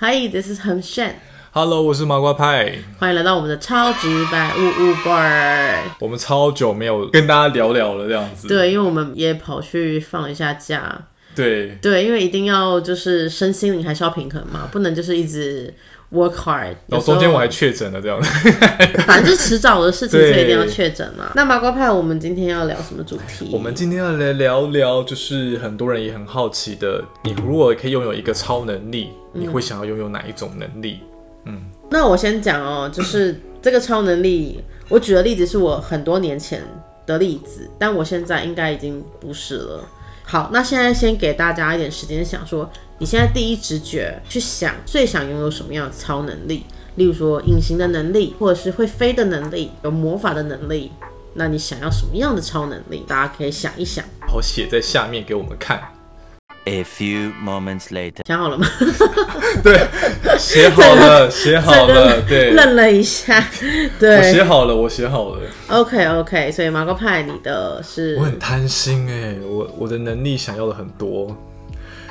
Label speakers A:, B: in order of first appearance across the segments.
A: 嗨，这是很炫，
B: Hello，我是麻瓜派。
A: 欢迎来到我们的超直白物物 bar。
B: 我们超久没有跟大家聊聊了，这样子。
A: 对，因为我们也跑去放一下假，
B: 对
A: 对，因为一定要就是身心灵还是要平衡嘛，不能就是一直 work hard 有时候。
B: 然哦后中间我还确诊了，这样子。
A: 反正是迟早的事情，所
B: 对
A: 以一定要确诊嘛。那麻瓜派，我们今天要聊什么主题？
B: 我们今天要来聊聊，就是很多人也很好奇的，你如果可以拥有一个超能力，
A: 嗯
B: 你会想要拥有哪一种能力？
A: 那我先讲哦，就是这个超能力，我举的例子是我很多年前的例子，但我现在应该已经不是了。好，那现在先给大家一点时间想说，你现在第一直觉去想最想拥有什么样的超能力，例如说隐形的能力，或者是会飞的能力，有魔法的能力。那你想要什么样的超能力？大家可以想一想，
B: 然后写在下面给我们 看。
C: A few moments later.
A: 想好了吗？
B: 对，写好了，写好了，对，
A: 愣了一下，
B: 我
A: 对
B: 写好了，我写好了。
A: ，OK OK，所以马哥派你的是
B: 我很贪心哎、我我的能力想要的很多。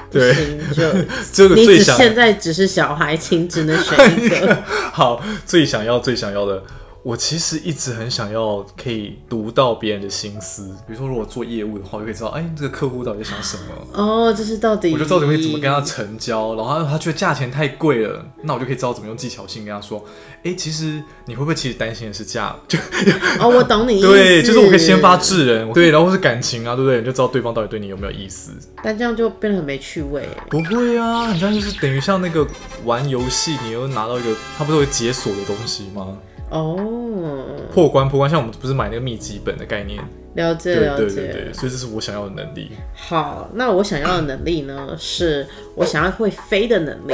A: 不
B: 对，
A: 行，就
B: 这 个
A: 你
B: 最
A: 只
B: 想哎
A: 现在只是小孩，请只能选一 个。
B: 好，最想要最想要的，我其实一直很想要可以读到别人的心思。比如说，如果做业务的话，我就可以知道，哎，这个客户到底在想什么。
A: 哦，这是到底哦
B: 我就知道怎么怎么跟他成交，然后他觉得价钱太贵了，那我就可以知道怎么用技巧性跟他说，哎，其实你会不会其实担心的是价， 就
A: 哦，我懂你意思。
B: 对，就是我可以先发，制人，对，然后是感情啊，对不对？你就知道对方到底对你有没有意思。
A: 但这样就变得很没趣味。
B: 不会啊，你这样就是等于像那个玩游戏，你又拿到一个，它不是有解锁的东西吗？
A: 哦，
B: 破关破关，像我们不是买那个秘籍本的概念，
A: 了解
B: 对
A: 啊了
B: 对对
A: 解
B: 对，。所以这是我想要的能力。
A: 好，那我想要的能力呢，是我想要会飞的能力。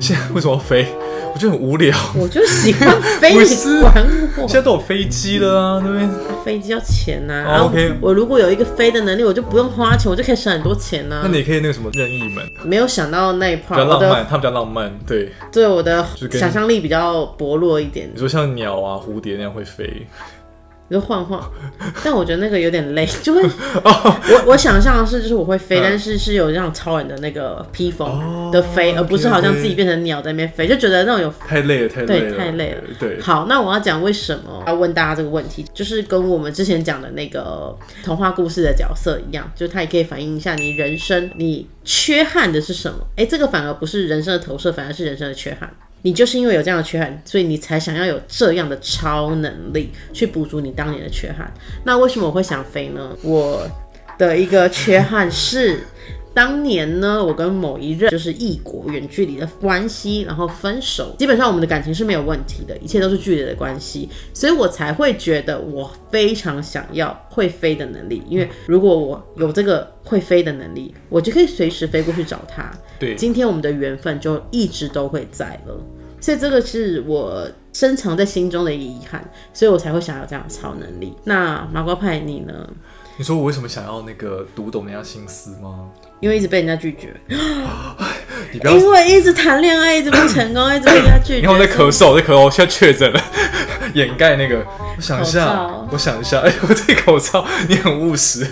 B: 现在为什么要飞？ 我觉得很无聊。
A: 我就喜欢 飞，
B: 不是
A: 你管我
B: 现。在都有飞机了啊，对不对？
A: 飞机要钱呐、
B: 哦
A: 然后
B: OK
A: 我如果有一个飞的能力，我就不用花钱，我就可以省很多钱呐、
B: 那你也可以那个什么任意门，
A: 没有想到那一 part，
B: 比较
A: 我
B: 浪
A: 的
B: 漫，他比较浪漫。对，
A: 对我的
B: 是跟
A: 想象力比较薄弱一点
B: 你，说像鸟啊、蝴蝶那样会飞，
A: 你就晃晃。 但我觉得那个有点累， 就会我我想象的是，就是我会飞，
B: 哦嗯
A: 但是是有像超人的那个披
B: 哦
A: 风的飞，而不是好像
B: OK，OK
A: 自己变成鸟在那边飞，就觉得那种有。
B: 太累了，太累
A: 对，
B: 了，
A: 太累了。
B: 对，
A: 好，那我要讲为什么要问大家这个问题，就是跟我们之前讲的那个童话故事的角色一样，就它也可以反映一下你人生你缺憾的是什么。哎，这个反而不是人生的投射，反而是人生的缺憾。你就是因为有这样的缺憾，所以你才想要有这样的超能力去补足你当年的缺憾。那为什么我会想飞呢？我的一个缺憾是，当年呢，我跟某一任就是异国远距离的关系，然后分手。基本上我们的感情是没有问题的，一切都是距离的关系，所以我才会觉得我非常想要会飞的能力，因为如果我有这个会飞的能力，我就可以随时飞过去找他。
B: 对
A: 今天我们的缘分就一直都会在了，所以这个是我深藏在心中的一个遗憾，所以我才会想要这样的超能力。那麻瓜派你呢？
B: 你说我为什么想要那个读懂人家心思吗？
A: 因为一直被人家拒绝，
B: 你不要，
A: 因为一直谈恋爱，一直不成功，一直被人家拒绝。
B: 你看我在咳嗽，我在咳嗽，我现在确诊了， 掩盖那个。我想一
A: 口
B: 下
A: 罩，
B: 我想一下，哎、我这口罩，你很务实。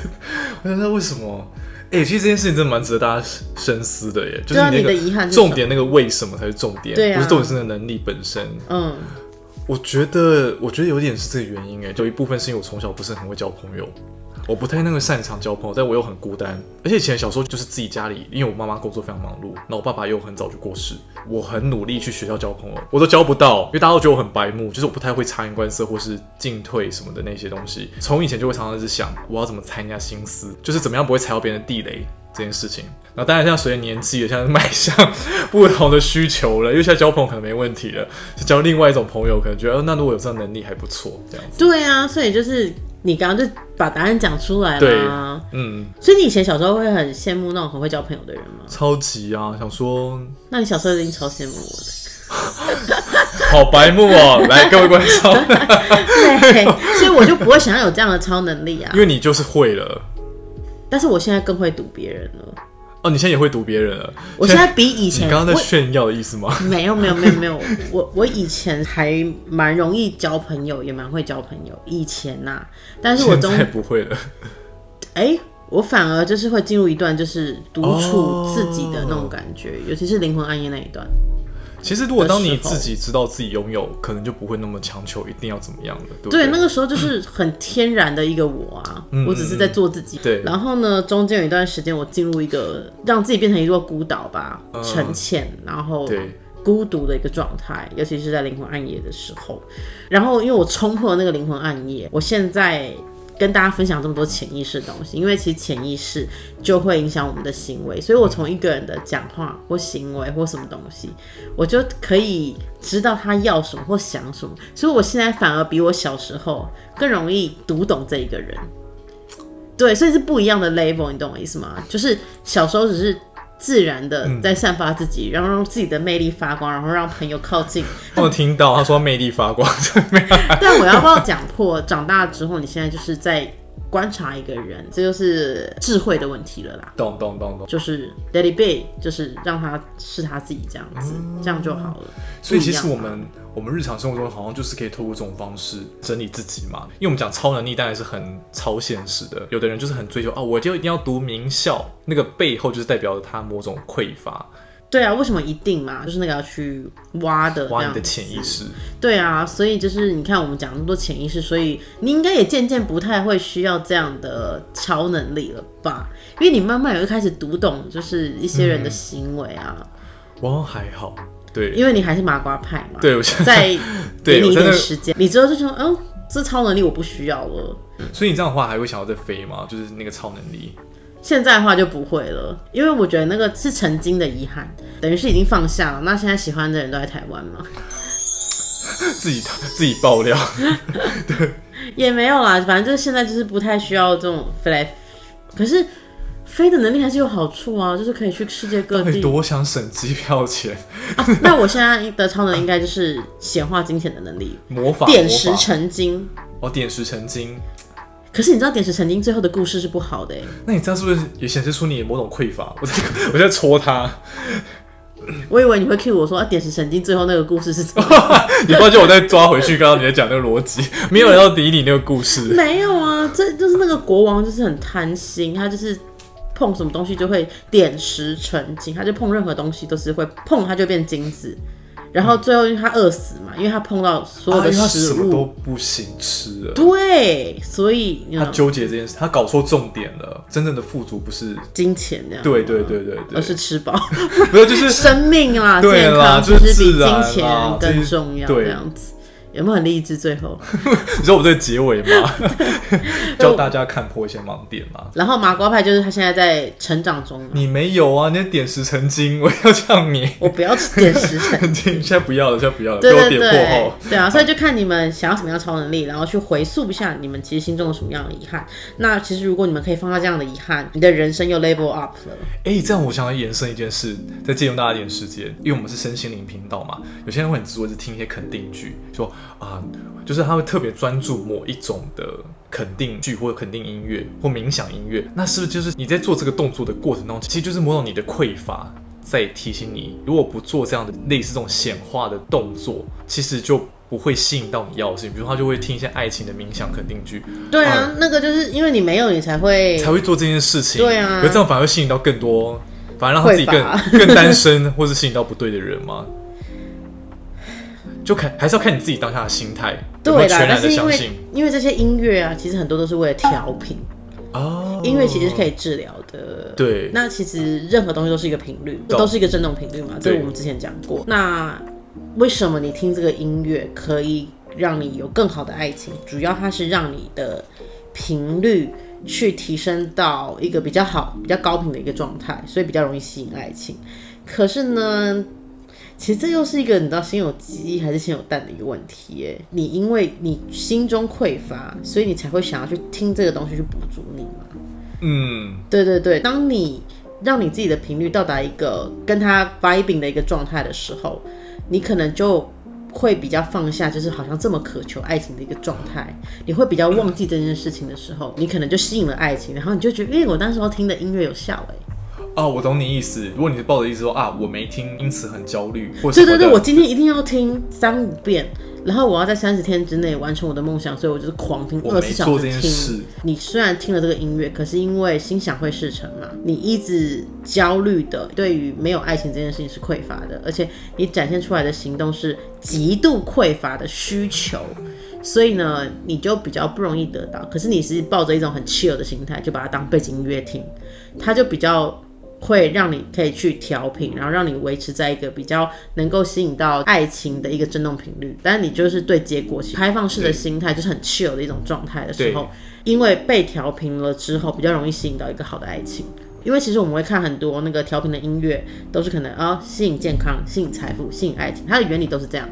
B: 我想说为什么？哎、其实这件事情真的蛮值得大家深思的耶，就
A: 对啊
B: 是那个
A: 你的遗憾是什么
B: 重点那个为什么才是重点，
A: 对啊
B: 不是重点是那个能力本身。
A: 嗯，
B: 我觉得，我觉得有点是这个原因哎，有一部分是因为我从小不是很会交朋友，我不太那个擅长交朋友，但我又很孤单，而且以前小时候就是自己家里，因为我妈妈工作非常忙碌，那我爸爸又很早就过世，我很努力去学校交朋友，我都交不到，因为大家都觉得我很白目，就是我不太会察言观色或是进退什么的那些东西，从以前就会常常一直想我要怎么猜人家心思，就是怎么样不会踩到别人的地雷。这件事情。那当然，像随着年纪，像迈向不同的需求了，因为现在交朋友可能没问题了，就交另外一种朋友，可能觉得、呃那如果有这样能力还不错，这样子。
A: 对啊，所以就是你刚刚就把答案讲出来
B: 对
A: 啦。，
B: 嗯，
A: 所以你以前小时候会很羡慕那种很会交朋友的人吗？
B: 超级啊，想说
A: 那你小时候一定超羡慕我
B: 好白目哦、来各位观众，
A: 的，对，所以我就不会想要有这样的超能力啊
B: 因。为你就是会了
A: 但是我现在更会读别人了，
B: 哦，你现在也会读别人了，
A: 我现在比以前
B: 你刚刚在
A: 我
B: 炫耀的意思吗？
A: 没有没有没有没有，我我以前还蛮容易交啊朋友，也蛮会交朋友，以前呐、但是我
B: 现
A: 中
B: 在不会了，
A: 哎、我反而就是会进入一段就是独处
B: 哦
A: 自己的那种感觉，尤其是灵魂暗夜那一段。
B: 其实，如果当你
A: 的时候
B: 自己知道自己拥有，可能就不会那么强求一定要怎么样了，对不
A: 对，
B: 对？
A: 那个时候就是很天然的一个我啊，我只是在做自己。
B: 对
A: 然后呢，中间有一段时间我进入一个让自己变成一座孤岛吧，沉潜，然后
B: 对
A: 孤独的一个状态，尤其是在灵魂暗夜的时候。然后因为我冲破了那个灵魂暗夜，我现在。跟大家分享这么多潜意识的东西，因为其实潜意识就会影响我们的行为，所以我从一个人的讲话或行为或什么东西，我就可以知道他要什么或想什么，所以我现在反而比我小时候更容易读懂这一个人。对，所以是不一样的 level，你懂我意思吗？就是小时候只是自然的
B: 嗯
A: 在散发自己，然后让自己的魅力发光，然后让朋友靠近。
B: 我有听到他说他魅力发光，
A: 但我要不要讲破？长大之后，你现在就是在观察一个人，这就是智慧的问题了啦。
B: 懂懂懂懂。
A: 就是 let it be，就是让他是他自己这样子，这样就好了。
B: 嗯所以其
A: 不
B: 实
A: 一
B: 我
A: 样嘛
B: 们我们日常生活中好像就是可以透过这种方式整理自己嘛，因为我们讲超能力当然是很超现实的，有的人就是很追求啊，我就一定要读名校，那个背后就是代表着他某种匮乏，
A: 对啊，为什么一定嘛？就是那个要去挖的，
B: 挖你的潜意。识。
A: 对啊，所以就是你看我们讲那么多潜意识，所以你应该也渐渐不太会需要这样的超能力了吧？因为你慢慢也会开始读懂，就是一些人的行为啊，
B: 嗯我还好，对
A: 因为你还是麻瓜派嘛。，
B: 对，我现 在，
A: 再给
B: 对
A: 你一
B: 我真
A: 点
B: 的
A: 时间，你之后就说，哦，这超能力我不需要了。
B: 所以你这样的话还会想要再飞吗？就是那个超能力，
A: 现在的话就不会了，因为我觉得那个是曾经的遗憾，等于是已经放下了。那现在喜欢的人都在台湾嘛，
B: 自己自己爆料。
A: 也没有啦，反正就是现在就是不太需要这种飞来，可是飞的能力还是有好处啊，就是可以去世界各
B: 到底
A: 地。啊
B: 多想省机票钱？
A: 那我现在的超能力应该就是显化金钱的能力，
B: 魔法
A: 点石
B: 魔法
A: 成金。
B: 哦，点石成金。
A: 可是你知道点石成金最后的故事是不好的、欸，
B: 那你这样是不是也显示出你某种匮乏？ 我在我在戳他，
A: 我以为你会 cue 我说、啊、点石成金最后那个故事是怎么样？
B: 你发现我在抓回去，刚刚你在讲那个 逻辑，没有人要理你那个故事。
A: 没有啊，这就是那个国王就是很贪心，他就是碰什么东西就会点石成金，他就碰任何东西都是会碰他就变金子，然后最后因为他饿死嘛，因为他碰到所有
B: 啊
A: 的
B: 因为他
A: 食
B: 什么
A: 物，
B: 都不行吃了，
A: 对，啊所以你知
B: 他
A: 道
B: 纠结这件事，他搞错重点了。真正的富足不是，
A: 金钱这样，
B: 对对对对对，
A: 而是吃饱，
B: 不 是就是
A: 生命啦，
B: 对
A: 健
B: 啦
A: 康
B: 就是
A: 是比
B: 自然
A: 金钱
B: 啦这
A: 更
B: 是
A: 重要，
B: 对
A: 这样子。有没有很励志？最后，
B: 你知道我在结尾 吗？教大家看破一些盲点嘛。
A: 然后麻瓜派就是他现在在成长中嘛。
B: 你没有啊，你在点石成金，我要呛你。
A: 我不要点 石成金
B: 现在不要了，现在不要了，
A: 对对
B: 被我点
A: 对
B: 破后，，
A: 对啊，所以就看你们想要什么样的超能力，然后去回溯一下你们其实心中有什么样的遗憾。那其实如果你们可以放下这样的遗憾，你的人生又 level up 了。
B: 哎、这样我想要延伸一件事，再借用大家一点时间，因为我们是身心灵频道嘛，有些人会很执着，是听一些肯定句，说啊、就是他会特别专注某一种的肯定句或者肯定音乐或冥想音乐，那是不是就是你在做这个动作的过程中，其实就是某种你的匮乏在提醒你，如果不做这样的类似这种显化的动作，其实就。不会吸引到你要的事情，比如他就会听一些爱情的冥想肯定句，
A: 对啊，那个就是因为你没有，你才会
B: 嗯才会做这件事情。
A: 对啊
B: 可这样反而会吸引到更多，反而让他自己
A: 匮乏
B: 更 更单身，或是吸引到不对的人嘛。就看还是要看你自己当下的心态，有
A: 对
B: 没有
A: 啦
B: 全。
A: 但
B: 然的
A: 是因
B: 相
A: 为
B: 信
A: 因为这些音乐啊，其实很多都是为了调频，
B: 哦。
A: 音乐其实是可以治疗的。
B: 对
A: 那其实任何东西都是一个频率，
B: 懂
A: 都是一个振动频率嘛，这
B: 对
A: 个我们之前讲过。那为什么你听这个音乐可以让你有更好的爱情？主要它是让你的频率去提升到一个比较好、比较高频的一个状态，所以比较容易吸引爱情。可是呢，其实这又是一个你知道先有鸡还是先有蛋的一个问题耶。你因为你心中匮乏，所以你才会想要去听这个东西去补足你嘛。
B: 嗯，
A: 对对对，当你让你自己的频率到达一个跟它 vibing 的一个状态的时候，你可能就会比较放下，就是好像这么渴求爱情的一个状态，你会比较忘记这件事情的时候，你可能就吸引了爱情，然后你就觉得，哎、我那时候听的音乐有效哎、
B: 哦，我懂你意思。如果你是抱着意思说啊，我没听，因此很焦虑，
A: 对
B: 或什
A: 对
B: 么的
A: 对，我今天一定要听三五遍，然后我要在三十天之内完成我的梦想，所以我就是狂听
B: 我
A: 二
B: 没
A: 十四小
B: 做
A: 时
B: 这件事
A: 听。你虽然听了这个音乐，可是因为心想会事成嘛，你一直焦虑的，对于没有爱情这件事情是匮乏的，而且你展现出来的行动是极度匮乏的需求。所以呢，你就比较不容易得到。可是你是抱着一种很 chill 的心态，就把它当背景音乐听，它就比较会让你可以去调频，然后让你维持在一个比较能够吸引到爱情的一个振动频率。但你就是对结果开放式的心态，就是很 chill 的一种状态的时候
B: 对，
A: 因为被调频了之后，比较容易吸引到一个好的爱情。因为其实我们会看很多那个调频的音乐，都是可能啊、吸引健康、吸引财富、吸引爱情，它的原理都是这样。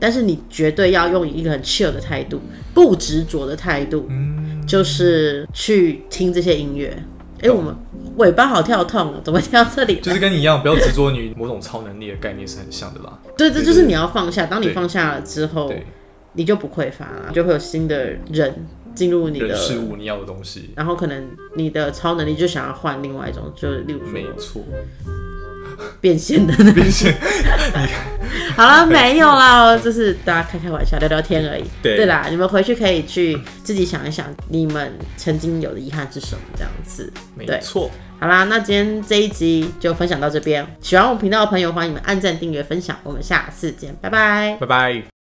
A: 但是你绝对要用一个很 chill 的态度，不执着的态度，
B: 嗯
A: 就是去听这些音乐。哎、我们尾巴好跳痛哦，怎么会跳到这里来？
B: 就是跟你一样，不要执着于某种超能力的概念是很像的啦。
A: 对，这就是你要放下。当你
B: 对
A: 放下了之后，
B: 对，
A: 你就不匮乏了，就会有新的人进入你的
B: 人事物你要的东西，
A: 然后可能你的超能力就想要换另外一种，就是例如
B: 没
A: 说
B: 错。
A: 变现的。
B: 并且
A: 好了，没有啦，哦就是大家开开玩笑，聊聊天而已。
B: 对
A: 啦，你们回去可以去自己想一想，你们曾经有的遗憾是什么，这样子。
B: 没
A: 对，
B: 错，
A: 好啦，那今天这一集就分享到这边。喜欢我们频道的朋友，欢迎你们按赞、订阅、分享。我们下次见，拜拜。
B: 拜拜。